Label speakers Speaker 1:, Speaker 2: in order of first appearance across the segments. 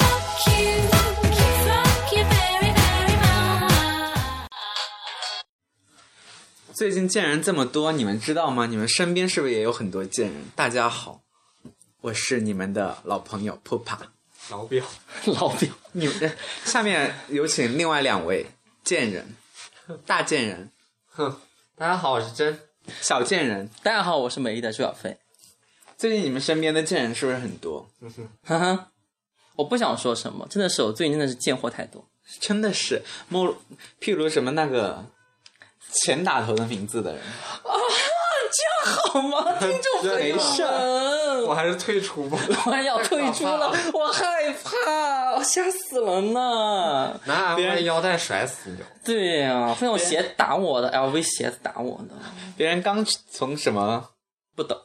Speaker 1: Fuck you, fuck you very, very much.
Speaker 2: 最近贱人这么多，你们知道吗？你们身边是不是也有很多贱人？大家好，我是你们的老朋友 Pupa。
Speaker 3: 老表，
Speaker 2: 老表，你们呃下面有请另外两位贱人，大贱人、
Speaker 3: 哼，大家好，我是真，
Speaker 2: 小贱人。
Speaker 4: 大家好，我是美丽的朱小飞。
Speaker 2: 最近你们身边的贱人是不是很多？
Speaker 4: 哈哈，我不想说什么，真的是我最近真的是贱货太 多。
Speaker 2: 真的是，某譬如什么那个钱打头的名字的人，
Speaker 4: 好吗？哦听众朋友
Speaker 3: 没事
Speaker 4: 们，
Speaker 3: 我还是退出吧。
Speaker 4: 我还要退出了， 我害怕，我吓死人呢。
Speaker 3: 拿 M
Speaker 2: 别
Speaker 3: Y
Speaker 2: 人
Speaker 3: 腰带甩死你！
Speaker 4: 对呀、会用鞋打我的，LV 鞋子打我的，
Speaker 2: 别人刚从什么
Speaker 4: 不懂。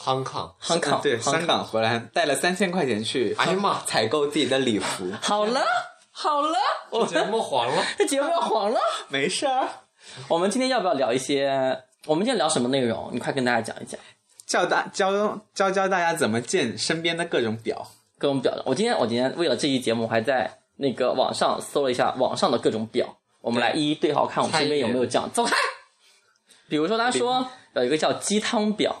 Speaker 3: Hong Kong，
Speaker 4: 香港，
Speaker 2: 对
Speaker 4: 香
Speaker 2: 香港回来，带了三千块钱去，
Speaker 3: 哎呀妈
Speaker 2: 采购自己的礼服，
Speaker 4: 好了，好了，我
Speaker 3: 节
Speaker 4: 们
Speaker 3: 目黄了。
Speaker 4: 这节目要黄了。
Speaker 2: 没事儿，
Speaker 4: 我们今天要不要聊一些？我们今天聊什么内容？你快跟大家讲一讲，
Speaker 2: 教大教教教大家怎么见身边的各种表。
Speaker 4: 跟我们表达。我今天我今天为了这期节目，我还在那个网上搜了一下网上的各种表，我们来一一对号，看我们身边有没有这样。走开。比如说，他说有一个叫鸡汤表，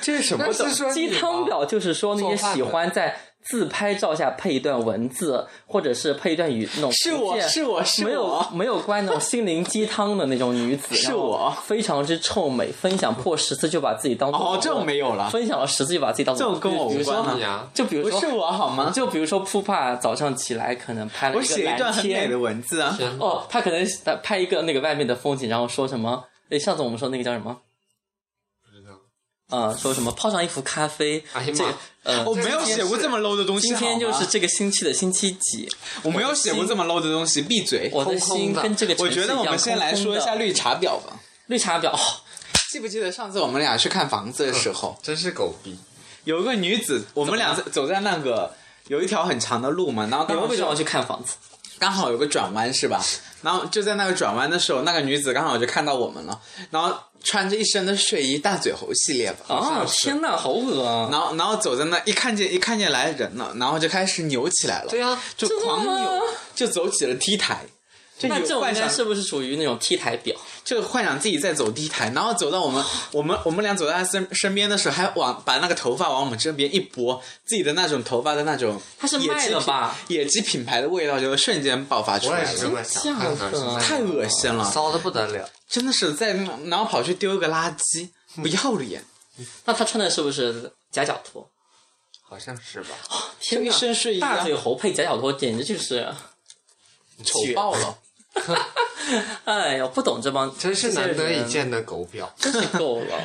Speaker 2: 这是什么
Speaker 3: 那
Speaker 2: 东
Speaker 3: 是说
Speaker 4: 鸡
Speaker 3: 你吧
Speaker 4: 汤表就是说那些
Speaker 3: 做饭的
Speaker 4: 喜欢在自拍照下配一段文字，或者是配一段语那种
Speaker 2: 是
Speaker 4: 图
Speaker 2: 我
Speaker 4: 片
Speaker 2: 是我是
Speaker 4: 没有
Speaker 2: 我，
Speaker 4: 没有关那种心灵鸡汤的那种女 子，
Speaker 2: 是
Speaker 4: 然后
Speaker 2: 我
Speaker 4: 非常之臭美，分享破十次就把自己当做
Speaker 2: 哦，这种没有了，
Speaker 4: 分享了十次就把自己当
Speaker 2: 这
Speaker 4: 做
Speaker 2: 种跟我
Speaker 3: 比
Speaker 2: 无
Speaker 3: 如
Speaker 2: 关
Speaker 3: 说你
Speaker 2: 啊。
Speaker 3: 啊，
Speaker 4: 就比如
Speaker 2: 不
Speaker 4: 说
Speaker 2: 是我好吗？
Speaker 4: 啊就比如说 Pupa 早上起来可能拍了
Speaker 2: 我
Speaker 4: 个
Speaker 2: 写一段
Speaker 4: 蓝
Speaker 2: 很美
Speaker 4: 天
Speaker 2: 的文字啊，
Speaker 3: 天
Speaker 4: 哦，他可能他拍一个那个外面的风景，然后说什么？诶，上次我们说那个叫什么？
Speaker 3: 不知道。
Speaker 4: 呃，说什么泡上一壶咖啡？
Speaker 3: 哎呀
Speaker 4: 这
Speaker 3: 妈，
Speaker 4: 呃，
Speaker 2: 我没有写过这么 low 的东西。
Speaker 4: 今天就
Speaker 2: 好
Speaker 4: 是
Speaker 2: 吗
Speaker 4: 这个星期的星期几，
Speaker 2: 我没有写过这么 low 的东西，闭嘴！
Speaker 4: 我的
Speaker 3: 空
Speaker 4: 心
Speaker 3: 空的
Speaker 4: 跟这个
Speaker 2: 我
Speaker 4: 城
Speaker 2: 觉
Speaker 4: 市
Speaker 2: 得
Speaker 4: 一
Speaker 2: 我
Speaker 4: 样
Speaker 2: 们先来
Speaker 4: 空空
Speaker 2: 说一
Speaker 4: 的
Speaker 2: 下绿茶婊吧。
Speaker 4: 绿茶 婊。哦
Speaker 2: 记不记得上次我们俩去看房子的时候，
Speaker 4: 嗯
Speaker 3: 真是狗逼！
Speaker 2: 有一个女子，我们俩在走在那个有一条很长的路嘛，然后
Speaker 4: 你
Speaker 2: 刚
Speaker 4: 们
Speaker 2: 好
Speaker 4: 为什么要去看房子？
Speaker 2: 刚好有个转弯是 吧？然后就在那个转弯的时候，那个女子刚好就看到我们了，然后穿着一身的睡衣，大嘴猴系列吧。
Speaker 4: 啊！天哪，好恶啊！
Speaker 2: 然后，然后走在那，一看见一看见来人了，然后就开始扭起来了，
Speaker 3: 对啊，
Speaker 2: 就狂
Speaker 4: 真的
Speaker 2: 扭
Speaker 4: 吗，
Speaker 2: 就走起了 T 台，就
Speaker 4: 那这
Speaker 2: 有
Speaker 4: 种
Speaker 2: 幻
Speaker 4: 应该
Speaker 2: 想
Speaker 4: 是不是属于那种 T 台婊？
Speaker 2: 就幻想自己在走 T 台，然后走到我 们我们我们俩走到他身身边的时候，还往把那个头发往我们这边一拨，自己的那种头发的那种
Speaker 4: 它是
Speaker 2: 野
Speaker 4: 卖
Speaker 2: 鸡
Speaker 4: 的
Speaker 2: 品
Speaker 4: 吧？
Speaker 2: 野鸡品牌的味道就瞬间爆发出
Speaker 3: 我
Speaker 2: 来
Speaker 3: 也是这
Speaker 2: 了，
Speaker 3: 么想，看看是
Speaker 4: 真
Speaker 3: 在
Speaker 4: 的
Speaker 2: 太恶心了，
Speaker 3: 骚的不得了。
Speaker 2: 真的是在那然后跑去丢个垃圾，
Speaker 4: 嗯
Speaker 2: 不要脸，
Speaker 4: 那他穿的是不是夹脚拖？
Speaker 3: 好像是吧？
Speaker 2: 就
Speaker 4: 天
Speaker 2: 一
Speaker 4: 哪！
Speaker 2: 身睡衣
Speaker 4: 大
Speaker 2: 啊，
Speaker 4: 嘴猴配夹脚拖，简直就是，
Speaker 2: 丑爆了。
Speaker 4: 哎呦，不懂这帮，
Speaker 3: 真是难
Speaker 4: 这
Speaker 3: 得
Speaker 4: 些人
Speaker 3: 一，见的狗表。
Speaker 4: 真是够 了。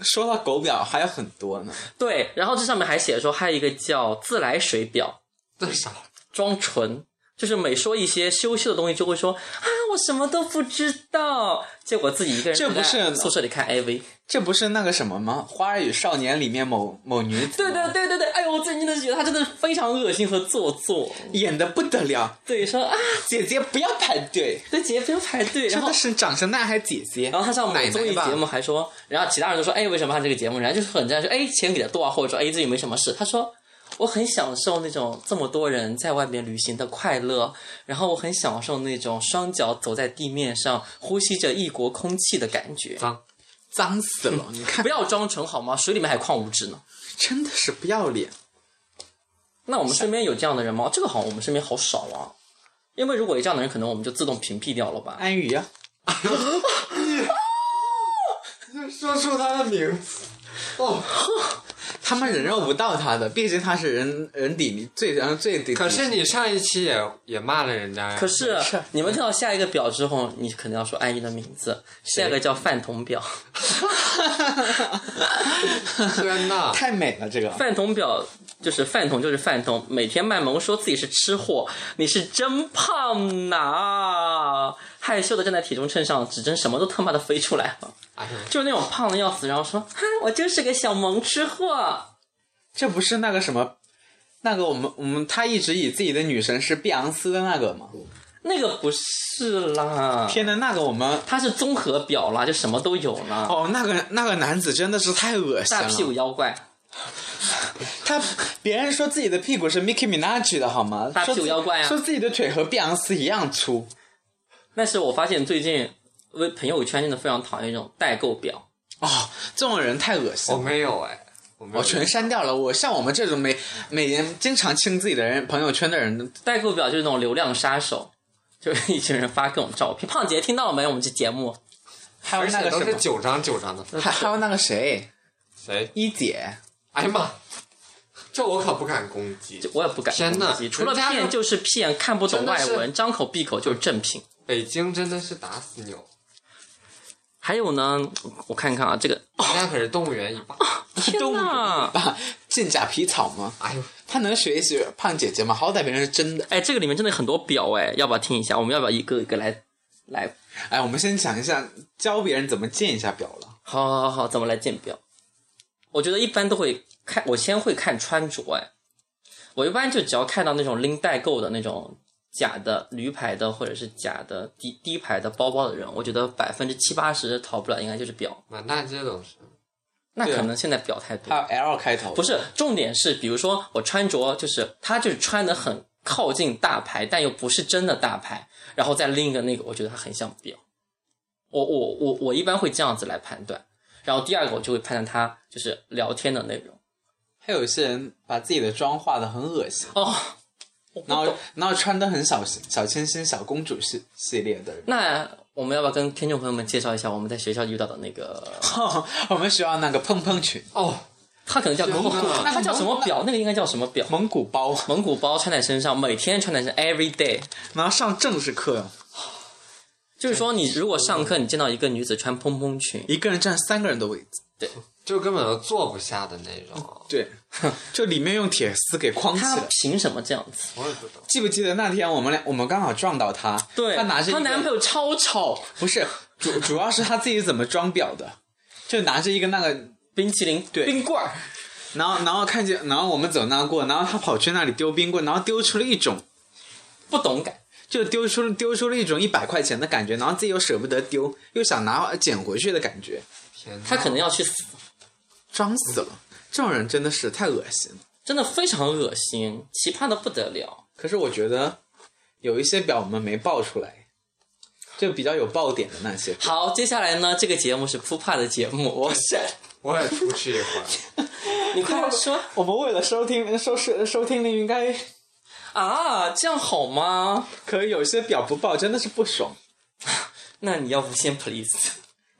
Speaker 2: 说到狗表还有很多呢，
Speaker 4: 对，然后这上面还写说，还有一个叫自来水表，
Speaker 3: 这是啥？
Speaker 4: 装纯，就是每说一些羞羞的东西，就会说啊，我什么都不知道，结果自己一个人
Speaker 2: 这不是
Speaker 4: 在宿舍里看
Speaker 3: 嗯
Speaker 4: AV。
Speaker 2: 这不是那个什么吗？《花儿与少年》里面某某女子
Speaker 4: 对对对对对，哎呦，我最近真的觉得他真的非常恶心和做作。
Speaker 2: 演的不得了，
Speaker 4: 对，说啊，
Speaker 2: 姐姐不要排队。
Speaker 4: 对，姐不要排队，然
Speaker 2: 真
Speaker 4: 后
Speaker 2: 的是长成那还姐姐，
Speaker 4: 然后他上某
Speaker 2: 奶奶
Speaker 4: 综艺
Speaker 2: 吧
Speaker 4: 节目还说，然后其他人都说，哎，为什么看这个节目？人家就是很这样说，哎，钱给的多啊，或者说，哎，这里没什么事。他说，我很享受那种这么多人在外面旅行的快乐，然后我很享受那种双脚走在地面上，呼吸着异国空气的感觉。
Speaker 3: 脏，
Speaker 2: 脏死了！你看
Speaker 4: 不，要装纯好吗？水里面还矿物质呢。
Speaker 2: 真的是不要脸。
Speaker 4: 那我们身边有这样的人吗？这个好像我们身边好少啊。因为如果有这样的人，可能我们就自动屏蔽掉了吧。
Speaker 2: 安宇啊，
Speaker 3: 说出他的名字。哦，
Speaker 2: 他们人肉不到他的，毕竟他是人人底里最然后最底。
Speaker 3: 可是你上一期也也骂了人家呀。
Speaker 4: 可是你们听到下一个表之后，你肯定要说安逸的名字，下一个叫饭桶表。
Speaker 3: 天呐，
Speaker 2: 太美了，这 个
Speaker 4: 饭桶表就是饭桶就是饭桶，每天卖萌说自己是吃货，你是真胖呐！害羞的站在体重秤上，指针什么都他妈的飞出来了，
Speaker 3: 哎呦，
Speaker 4: 就是那种胖的要死，然后说哈，我就是个小萌吃货。
Speaker 2: 这不是那个什么，那个我们我们他一直以自己的女神是碧昂斯的那个吗？
Speaker 4: 那个不是啦，
Speaker 2: 天呐，那个我们
Speaker 4: 它是综合表啦，就什么都有啦。
Speaker 2: 哦，那个那个男子真的是太恶心
Speaker 4: 大屁股
Speaker 2: 了。
Speaker 4: 妖怪，
Speaker 2: 他别人说自己的屁股是 Nicki Minaj 的好吗？
Speaker 4: 大屁股
Speaker 2: 说自
Speaker 4: 妖怪啊
Speaker 2: 说自己的腿和碧昂斯一样粗。
Speaker 4: 但是我发现最近微朋友圈真的非常讨厌这种代购表，
Speaker 2: 哦，这种人太恶心
Speaker 3: 我
Speaker 2: 了。
Speaker 3: 没有哎，我没
Speaker 2: 我
Speaker 3: 有。
Speaker 2: 哦全删掉了。我像我们这种每每年经常清自己的人朋友圈的人，
Speaker 4: 代购表就是那种流量杀手，就是一群人发各种照片。胖姐听到了没？我们这节目
Speaker 2: 还有
Speaker 3: 而
Speaker 2: 那
Speaker 3: 且
Speaker 2: 个
Speaker 3: 都
Speaker 2: 什
Speaker 3: 是
Speaker 2: 么，
Speaker 3: 九张九张的。
Speaker 2: 还还有那个谁，
Speaker 3: 谁？
Speaker 2: 一姐，
Speaker 3: 哎呀妈，这我可不敢攻击。
Speaker 4: 就我也不敢
Speaker 3: 天哪
Speaker 4: 攻击除了
Speaker 3: 人家
Speaker 4: 骗就是骗，看不懂
Speaker 3: 真的
Speaker 4: 外
Speaker 3: 是
Speaker 4: 文，张口闭口就是正品。
Speaker 3: 北京真的是打死哦牛，
Speaker 4: 还有呢，我看看啊，这个
Speaker 3: 人家可是动物园一霸。
Speaker 4: 天哪！
Speaker 2: 把进甲皮草吗？
Speaker 3: 哎呦，
Speaker 2: 她能学一学胖姐姐吗？好歹别人是真的。
Speaker 4: 哎，这个里面真的很多表哎，要不要听一下？我们要不要一个一个来来？
Speaker 2: 哎，我们先讲一下教别人怎么建一下表了。
Speaker 4: 好好好好，怎么来鉴表？我觉得一般都会看，我先会看穿着哎，我一般就只要看到那种拎代购的那种假的驴牌的或者是假的低低牌的包包的人，我觉得百分之七八十逃不了，应该就是表。
Speaker 3: 满大街都是。
Speaker 4: 那
Speaker 2: 对啊
Speaker 4: 可能现在表太多
Speaker 2: 还有 L 开头，
Speaker 4: 不是，重点是，比如说我穿着，就是他就是穿的很靠近大牌，但又不是真的大牌，然后再拎一个那个，我觉得他很像表。我我我我一般会这样子来判断，然后第二个我就会判断他就是聊天的内容。
Speaker 2: 还有一些人把自己的妆化的很恶心，
Speaker 4: 哦，
Speaker 2: 然后然后穿的很小小清新、小公主系系列的人。
Speaker 4: 那我们要不要跟听众朋友们介绍一下我们在学校遇到的那个？
Speaker 2: 我们学校那个蓬蓬裙、
Speaker 3: 哦，
Speaker 4: 他可能叫
Speaker 3: 天哪
Speaker 4: 他叫什么表？那个应该叫什么表？
Speaker 2: 蒙古包，
Speaker 4: 蒙古包穿在身上，每天穿在身，every day。
Speaker 2: 然后上正式课，
Speaker 4: 就是说，你如果上课你见到一个女子穿蓬蓬裙，
Speaker 2: 一个人占三个人的位置。
Speaker 3: 就根本都坐不下的那种。
Speaker 2: 对， 就里面用铁丝给框起
Speaker 4: 她
Speaker 2: 来。
Speaker 4: 凭什么这样子？
Speaker 3: 我也不懂。
Speaker 2: 记不记得那天我们俩我们刚好撞到她，
Speaker 4: 对，
Speaker 2: 她拿着一
Speaker 4: 她
Speaker 2: 个
Speaker 4: 男朋友超丑，
Speaker 2: 不是主主要是她自己怎么装裱的，就拿着一个那个，
Speaker 4: 冰淇淋
Speaker 2: 对
Speaker 4: 冰棍儿，
Speaker 2: 然后然后看见，然后我们走那过，然后她跑去那里丢冰棍，然后丢出了一种。
Speaker 4: 不懂感。
Speaker 2: 就丢出丢出了一种一百块钱的感觉，然后自己又舍不得丢，又想拿呃捡回去的感觉，
Speaker 3: 天哪，
Speaker 4: 她可能要去死，
Speaker 2: 装死了。这种人真的是太恶心了。
Speaker 4: 真的非常恶心，奇葩的不得了。
Speaker 2: 可是我觉得有一些表我们没爆出来，就比较有爆点的那些。
Speaker 4: 好，接下来呢，这个节目是扑怕的节目，我 是
Speaker 3: 我也出去一 会儿。
Speaker 4: 你快点说
Speaker 2: 我们为了收听收视收听率，应该
Speaker 4: 啊，这样好吗？
Speaker 2: 可有些表不爆真的是不爽。
Speaker 4: 那你要不先 please。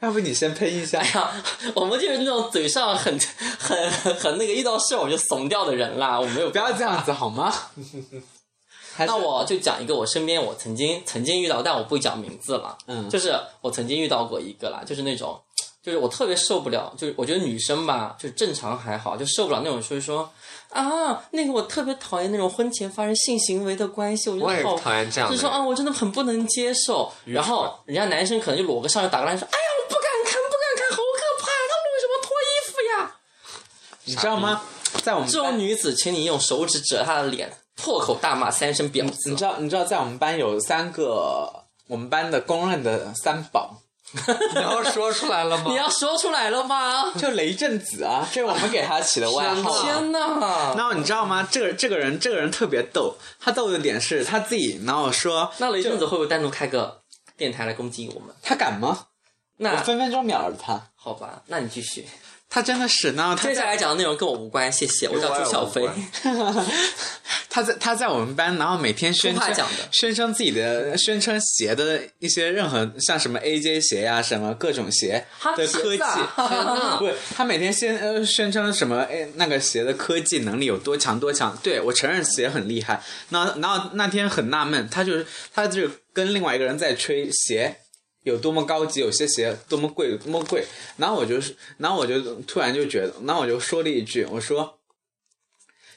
Speaker 2: 要不你先喷一下？
Speaker 4: 啊，我们就是那种嘴上很、很、很那个，遇到事我就怂掉的人啦。我没有
Speaker 2: 不要这样子好吗？还是
Speaker 4: 那我就讲一个我身边我曾经曾经遇到，但我不讲名字了。
Speaker 2: 嗯
Speaker 4: 就是我曾经遇到过一个啦，就是那种，就是我特别受不了，就是我觉得女生吧，就是正常还好，就受不了那种就是说啊，那个我特别讨厌那种婚前发生性行为的关系，我觉
Speaker 3: 我也
Speaker 4: 得好
Speaker 3: 讨厌这样
Speaker 4: 就
Speaker 3: 的
Speaker 4: 是说啊，
Speaker 3: 人。
Speaker 4: 我真的很不能接受。然后人家男生可能就裸个上来打个篮说，哎呀，我不敢看，不敢看，好可怕！他们为什么脱衣服呀？
Speaker 2: 你知道吗？在我们
Speaker 4: 这种
Speaker 2: 班，
Speaker 4: 女子，请你用手指指着她的脸，破口大骂三声婊
Speaker 2: 你
Speaker 4: 子。
Speaker 2: 知道你知道在我们班有三个我们班的公认的三宝，
Speaker 3: 你要说出来了吗
Speaker 4: 你？要说出来了吗？
Speaker 2: 就雷震子啊，这是我们给他起的外号啊。
Speaker 4: 天呐！
Speaker 2: 然后你知道吗？这个这个人，这个人特别逗。他逗的点是他自己，然后说
Speaker 4: 那雷震子会不会单独开个电台来攻击我们？
Speaker 2: 他敢吗？我
Speaker 4: 那
Speaker 2: 分分钟秒了他。
Speaker 4: 好吧，那你继续。
Speaker 2: 他真的是，然后他
Speaker 4: 接下来讲的内容跟我无关，谢谢。我叫朱小飞
Speaker 3: 跟我也无，
Speaker 2: 他在他在我们班，然后每天宣
Speaker 4: 图画
Speaker 2: 称
Speaker 4: 奖的
Speaker 2: 宣称自己的宣称鞋的一些任何像什么 AJ 鞋呀、什么各种鞋
Speaker 4: 哈
Speaker 2: 的
Speaker 4: 鞋
Speaker 2: 科技
Speaker 4: 子 啊，
Speaker 2: 不，他每天先呃宣称什么哎那个鞋的科技能力有多强多强。对我承认鞋很厉害，那然后那天很纳闷，他就是他就是跟另外一个人在吹鞋。有多么高级，有些鞋多么贵，有多么贵。然后我就是，然后我就突然就觉得，然后我就说了一句，我说，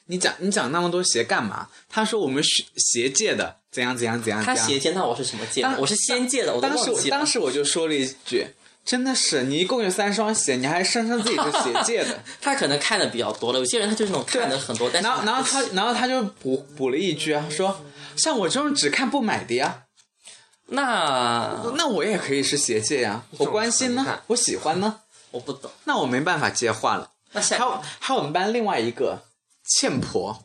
Speaker 2: 你讲你讲那么多鞋干嘛？他说我们学鞋界的怎样怎样怎样
Speaker 4: 他
Speaker 2: 怎样。
Speaker 4: 鞋界，那我是什么界
Speaker 2: 当？
Speaker 4: 我是仙界的，我都
Speaker 2: 当
Speaker 4: 忘
Speaker 2: 时我
Speaker 4: 记了
Speaker 2: 当。时我就说了一句，真的是你一共有三双鞋，你还声称自己是鞋界 的。
Speaker 4: 他可能看的比较多了，有些人他就是那种看的很多，但是
Speaker 2: 然后然后他然后他就补补了一句啊，说像我这种只看不买的呀，
Speaker 4: 那
Speaker 2: 那我也可以是鞋界呀，我关心
Speaker 3: 你
Speaker 2: 呢
Speaker 3: 看，
Speaker 2: 我喜欢呢，
Speaker 4: 我不懂。
Speaker 2: 那我没办法接话了。
Speaker 4: 那下
Speaker 2: 还
Speaker 4: 一个
Speaker 2: 有还有我们班另外一个倩婆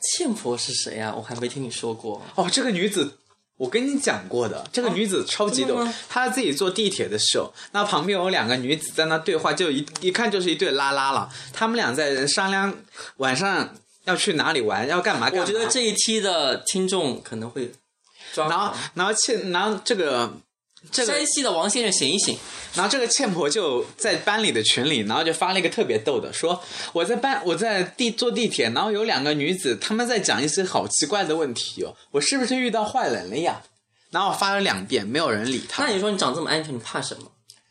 Speaker 4: 倩婆是谁呀、我还没听你说过。
Speaker 2: 哦，这个女子我跟你讲过的，这个女子超级
Speaker 4: 哦真
Speaker 2: 逗
Speaker 4: 的吗，
Speaker 2: 她自己坐地铁的时候，那旁边有两个女子在那对话，就一一看就是一对拉拉了，她们俩在商量晚上要去哪里玩，要干嘛干嘛。
Speaker 4: 我觉得这一期的听众可能会抓
Speaker 2: 然后
Speaker 4: 狂。
Speaker 2: 然后倩，然后这个这个
Speaker 4: 山西的王先生醒一醒，
Speaker 2: 然后这个倩婆就在班里的群里，然后就发了一个特别逗的，说我在班我在地坐地铁，然后有两个女子，她们在讲一些好奇怪的问题哦，我是不是遇到坏人了 呀？然后我发了两遍，没有人理她。
Speaker 4: 那你说你长这么安全，你怕什么？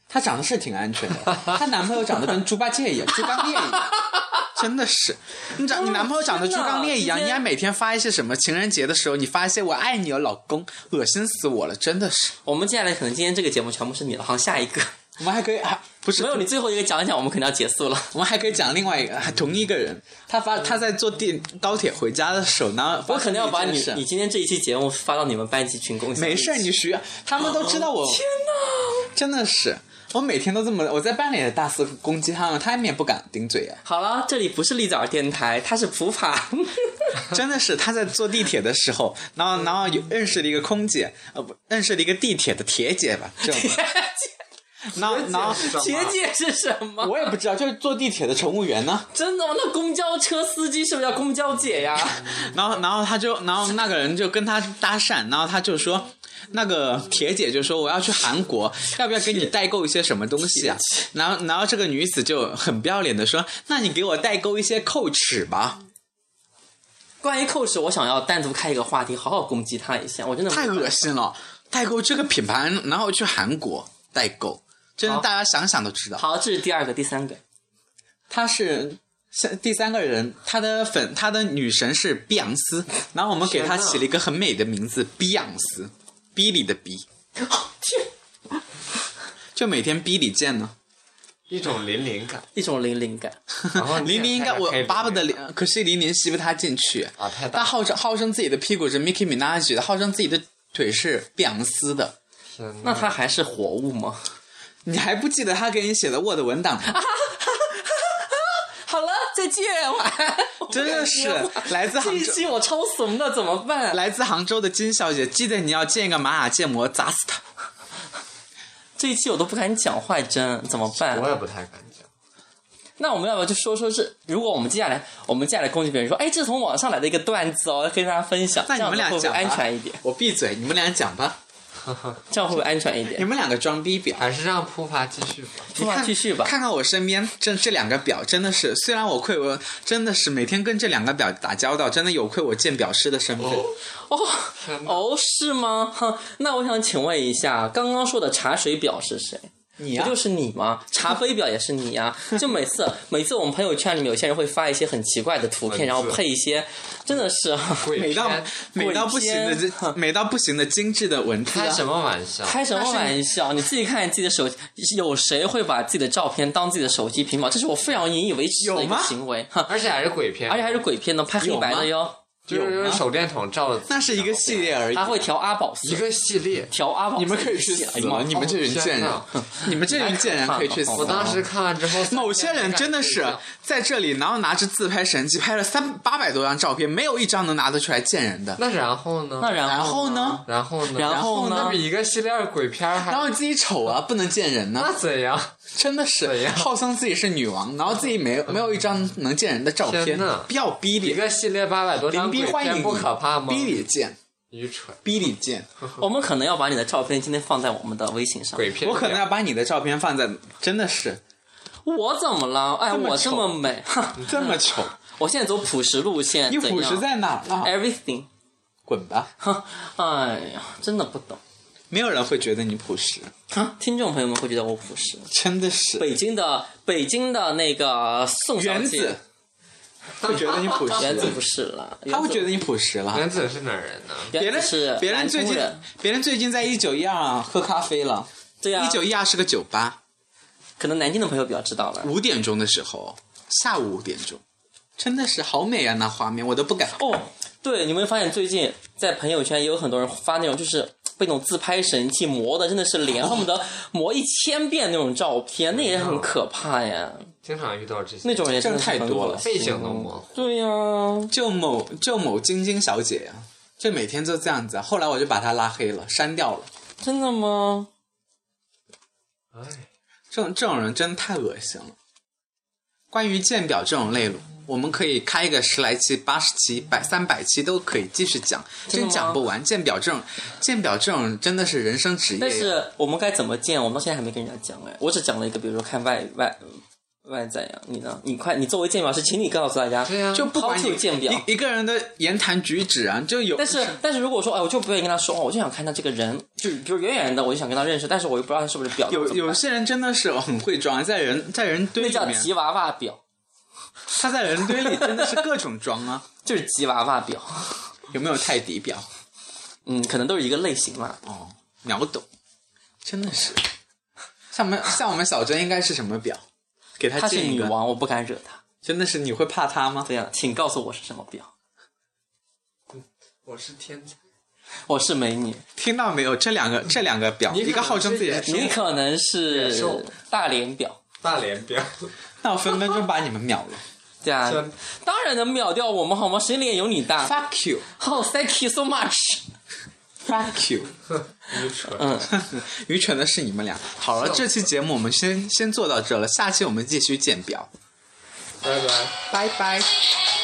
Speaker 2: 她长得是挺安全的，她男朋友长得跟猪八戒一样，猪刚鬣一样， 真的是。你长你男朋友长得猪刚鬣一样，
Speaker 4: 天哪
Speaker 2: 你还每天发一些什么？情人节的时候你发一些“我爱你哦，老公”，恶心死我了，真的是。
Speaker 4: 我们接下来可能今天这个节目全部是你了，好，下一个
Speaker 2: 我们还可以啊，不是
Speaker 4: 没有你最后一个讲一讲，我们可能要结 束了。
Speaker 2: 我们还可以讲另外一个，还同一个人，他发他在坐电高铁回家的时候，然后
Speaker 4: 我可能要把你
Speaker 2: 发生了一件事
Speaker 4: 你今天这一期节目发到你哦们班级群共享。
Speaker 2: 没事，你需要，他们都知道我。天哪，真的是，我每天都这么，我在班里也大肆攻击他们，他们也不敢顶嘴 啊。
Speaker 4: 好了，这里不是立早电台，它是普法。
Speaker 2: 真的是，他在坐地铁的时候，然后然后有认识了一个空姐，呃不，认识了一个地铁的铁姐吧，这种，然后然后
Speaker 4: 学姐是什么？
Speaker 2: 我也不知道，就是坐地铁的乘务员呢。
Speaker 4: 真的吗？那公交车司机是不是叫公交 姐呀？
Speaker 2: 然后，然后他就，然后那个人就跟他搭讪，然后他就说，那个铁姐就说我要去韩国，要不要给你代购一些什么东西啊？ 然后，然后这个女子就很不要脸的说，那你给我代购一些扣尺吧，
Speaker 4: 关于 Coach，我想要单独开一个话题，好好攻击他一下。我真 的
Speaker 2: 太恶心了，代购这个品牌，然后去韩国代购，真的
Speaker 4: 好
Speaker 2: 大家想想都知道，
Speaker 4: 好，这是第二个、第三个。
Speaker 2: 他是。是第三个人，他的粉，他的女神是碧昂斯，然后我们给他起了一个很美的名字，碧昂斯，逼里的逼。
Speaker 4: 天，
Speaker 2: 就每天逼李健呢。
Speaker 3: 一种淋淋感。
Speaker 4: 一种零零感。
Speaker 3: 然后
Speaker 2: 林林应该我巴不得林，可惜林林吸不他进去。
Speaker 3: 啊太大
Speaker 2: 他号称号称自己的屁股是 Nicki Minaj 的，号称自己的腿是碧昂斯的。
Speaker 4: 那他还是活物吗？
Speaker 2: 你还不记得他给你写的 Word 文档啊吗？
Speaker 4: 好了，再 见，晚安。
Speaker 2: 真的是来自
Speaker 4: 这
Speaker 2: 杭
Speaker 4: 一
Speaker 2: 州。
Speaker 4: 期我超怂的，怎么办？
Speaker 2: 来自杭州的金小姐，记得你要见一个玛雅建模，砸死他！
Speaker 4: 这一期我都不敢讲话，真怎么办
Speaker 3: 我？也不太敢讲。
Speaker 4: 那我们要不要就说说是，如果我们接下来我们接下来攻击别人说，哎，这是从网上来的一个段子哦，跟大家分享，
Speaker 2: 那你们俩
Speaker 4: 这样会
Speaker 2: 讲
Speaker 4: 不
Speaker 2: 吧
Speaker 4: 会安全一点？
Speaker 2: 我闭嘴，你们俩讲吧，
Speaker 4: 这样会不会安全一
Speaker 2: 你
Speaker 4: 点？
Speaker 2: 们两个装逼婊。
Speaker 3: 还是让普法继续吧。
Speaker 4: 说话继续吧。
Speaker 2: 看看我身边这这两个表，真的是，虽然我愧我真的是每天跟这两个表打交道，真的有愧我鉴表师的身份。
Speaker 4: 哦哦，是吗？ 哼，那我想请问一下，刚刚说的茶水表是谁？
Speaker 2: 你
Speaker 4: 不
Speaker 2: 啊
Speaker 4: 就，是你吗？茶杯表也是你 呀、就每次每次我们朋友圈里面有些人会发一些很奇怪的图
Speaker 3: 文字
Speaker 4: 片，然后配一些，真的是
Speaker 3: 鬼
Speaker 2: 美到
Speaker 3: 片
Speaker 2: 美到不行的
Speaker 4: 鬼
Speaker 2: 这
Speaker 4: 片
Speaker 2: 美到不行的精致的文字、
Speaker 3: 开
Speaker 2: 啊，
Speaker 3: 什么玩笑？
Speaker 4: 开什么玩笑？你自己看你自己的手机，有谁会把自己的照片当自己的手机屏保？这是我非常引以为耻的一
Speaker 2: 有
Speaker 4: 个
Speaker 2: 吗
Speaker 4: 行为 哈，
Speaker 3: 而且还是鬼片，
Speaker 4: 而且还是鬼片呢，拍黑白的哟，
Speaker 3: 就是
Speaker 2: 有
Speaker 3: 用
Speaker 2: 吗
Speaker 3: 手电筒照的。
Speaker 2: 那是一个系列而已
Speaker 4: 他。会调阿宝
Speaker 3: 一
Speaker 4: 色，
Speaker 3: 个系列。
Speaker 4: 调阿宝色。
Speaker 2: 你们可以去
Speaker 4: 哎
Speaker 2: 死
Speaker 4: 呀妈
Speaker 2: 了！你们这群贱人
Speaker 3: 哦，
Speaker 2: 你们这群贱人可以去死！
Speaker 3: 我当时看完之后，
Speaker 2: 某些人真的是在这里，然后拿着自拍神器拍了三八百多张照片，没有一张能拿得出来见人的。
Speaker 3: 那然后呢？
Speaker 4: 那然
Speaker 2: 然
Speaker 4: 后
Speaker 2: 后呢？
Speaker 3: 然后呢？
Speaker 4: 然后呢
Speaker 3: 那比一个系列鬼片还
Speaker 2: 然后自己丑啊，不能见人呢、
Speaker 3: 那怎样？
Speaker 2: 真的
Speaker 3: 对
Speaker 2: 是
Speaker 3: 呀
Speaker 2: 号称自己
Speaker 4: 嗯
Speaker 2: 是女王，然后自己没没有一张能见人的照片
Speaker 3: 天哪，
Speaker 2: 不要逼
Speaker 3: 一
Speaker 2: 脸。
Speaker 3: 个系列八百多张
Speaker 2: 林逼
Speaker 3: 鬼
Speaker 2: 欢迎
Speaker 3: 片
Speaker 2: 你
Speaker 3: 不可怕吗？
Speaker 2: 逼你见，
Speaker 3: 愚蠢，
Speaker 2: 逼你见。
Speaker 4: 我们可能要把你的照片今天放在我们的微信上。
Speaker 3: 鬼片
Speaker 2: 我可能要把你的照片放在，真的是
Speaker 4: 我怎么了？哎，
Speaker 2: 这么
Speaker 4: 我
Speaker 2: 丑
Speaker 4: 这么美， 哈，
Speaker 2: 这么丑，
Speaker 4: 我现在走朴实路线，
Speaker 2: 你朴实
Speaker 4: 怎样
Speaker 2: 在哪儿了？
Speaker 4: everything，
Speaker 2: 滚吧！
Speaker 4: 哈，哎呀，真的不懂。
Speaker 2: 没有人会觉得你朴实，
Speaker 4: 哈，听众朋友们会觉得我朴实。
Speaker 2: 真的是
Speaker 4: 北京的北京的那个宋小
Speaker 2: 原
Speaker 4: 姐，
Speaker 2: 子会觉得你朴
Speaker 4: 原子不
Speaker 2: 实，
Speaker 4: 是了，
Speaker 2: 他会觉
Speaker 4: 得
Speaker 2: 得你朴实了。
Speaker 3: 男子是哪儿人呢？
Speaker 2: 别
Speaker 4: 原
Speaker 2: 人
Speaker 4: 子是
Speaker 2: 别人
Speaker 4: 南
Speaker 2: 最
Speaker 4: 通
Speaker 2: 近
Speaker 4: 人，
Speaker 2: 别人最近在一九一二喝咖啡了。
Speaker 4: 对啊呀、
Speaker 2: 一九一二是个酒吧，
Speaker 4: 可能南京的朋友比较知道了。
Speaker 2: 五点钟的时候，下午五点钟，真的是好美啊！那画面我都不敢。
Speaker 4: 哦，对，你有没有发现最近在朋友圈也有很多人发那种就是被那种自拍神器磨的，真的是脸恨不
Speaker 2: 哦
Speaker 4: 得磨一千遍那种照片，那也很可怕呀。
Speaker 3: 经常遇到这些
Speaker 4: 那种人真的是
Speaker 2: 这样太多了
Speaker 4: 很恶心哦
Speaker 3: 背景都模糊，
Speaker 4: 对呀、
Speaker 2: 就某就某晶晶小姐呀、啊就每天就这样子、啊。后来我就把她拉黑了，删掉了。
Speaker 4: 真的吗？
Speaker 3: 哎，
Speaker 2: 这种这种人真的太恶心了。关于鉴表这种类目，我们可以开个十来期、八十期、百三百期都可以继续讲，
Speaker 4: 真
Speaker 2: 真
Speaker 4: 的吗
Speaker 2: 讲不完。鉴表这种，鉴表这种真的是人生职业。啊
Speaker 4: 但是我们该怎么建？我们到现在还没跟人家讲哎，我只讲了一个，比如说看外外外在呀、你呢？你快，你作为鉴表师，请你告诉大家，
Speaker 3: 对呀
Speaker 2: 就不管
Speaker 4: how to
Speaker 2: 你
Speaker 4: 鉴表。
Speaker 2: 一一个人的言谈举止啊，就有
Speaker 4: 但是，但是如果说，哎，我就不愿意跟他说话，我就想看他这个人，就比如远远的，我就想跟他认识，但是我又不知道他是不是表，
Speaker 2: 有
Speaker 4: 怎么
Speaker 2: 有
Speaker 4: 办
Speaker 2: 些人真的是很会装，在人在人堆
Speaker 4: 那
Speaker 2: 里
Speaker 4: 叫
Speaker 2: 面，
Speaker 4: 吉娃娃表，
Speaker 2: 他在人堆里真的是各种装啊。
Speaker 4: 就是吉娃娃表，
Speaker 2: 有没有泰迪表？
Speaker 4: 嗯，可能都是一个类型啦。
Speaker 2: 哦，秒懂，真的是。像我们像我们小珍应该是什么表？给她
Speaker 4: 她是
Speaker 2: 建一
Speaker 4: 女
Speaker 2: 个。
Speaker 4: 王，我不敢惹她。
Speaker 2: 真的是你会怕她吗？
Speaker 4: 这样，请告诉我是什么表？
Speaker 3: 我是天才，
Speaker 4: 我是美女，
Speaker 2: 听到没有？这两个这两个表，
Speaker 3: 你可能
Speaker 2: 一个号称自己是
Speaker 3: 是
Speaker 4: 你
Speaker 2: 天，
Speaker 4: 可能
Speaker 3: 野兽
Speaker 4: 是大脸表，
Speaker 3: 大脸表，
Speaker 2: 那我分分钟把你们秒 了。
Speaker 4: 对啊
Speaker 3: 真，
Speaker 4: 当然能秒掉我们好吗？谁脸有你大？
Speaker 2: Fuck you,
Speaker 4: 好、oh,，thank you so much。
Speaker 2: fuck you。
Speaker 3: 愚蠢。
Speaker 4: 嗯，
Speaker 2: 愚蠢的是你们俩。好了，这期节目我们先先做到这了，下期我们继续见表，
Speaker 3: 拜拜。
Speaker 2: 拜拜。
Speaker 1: Thank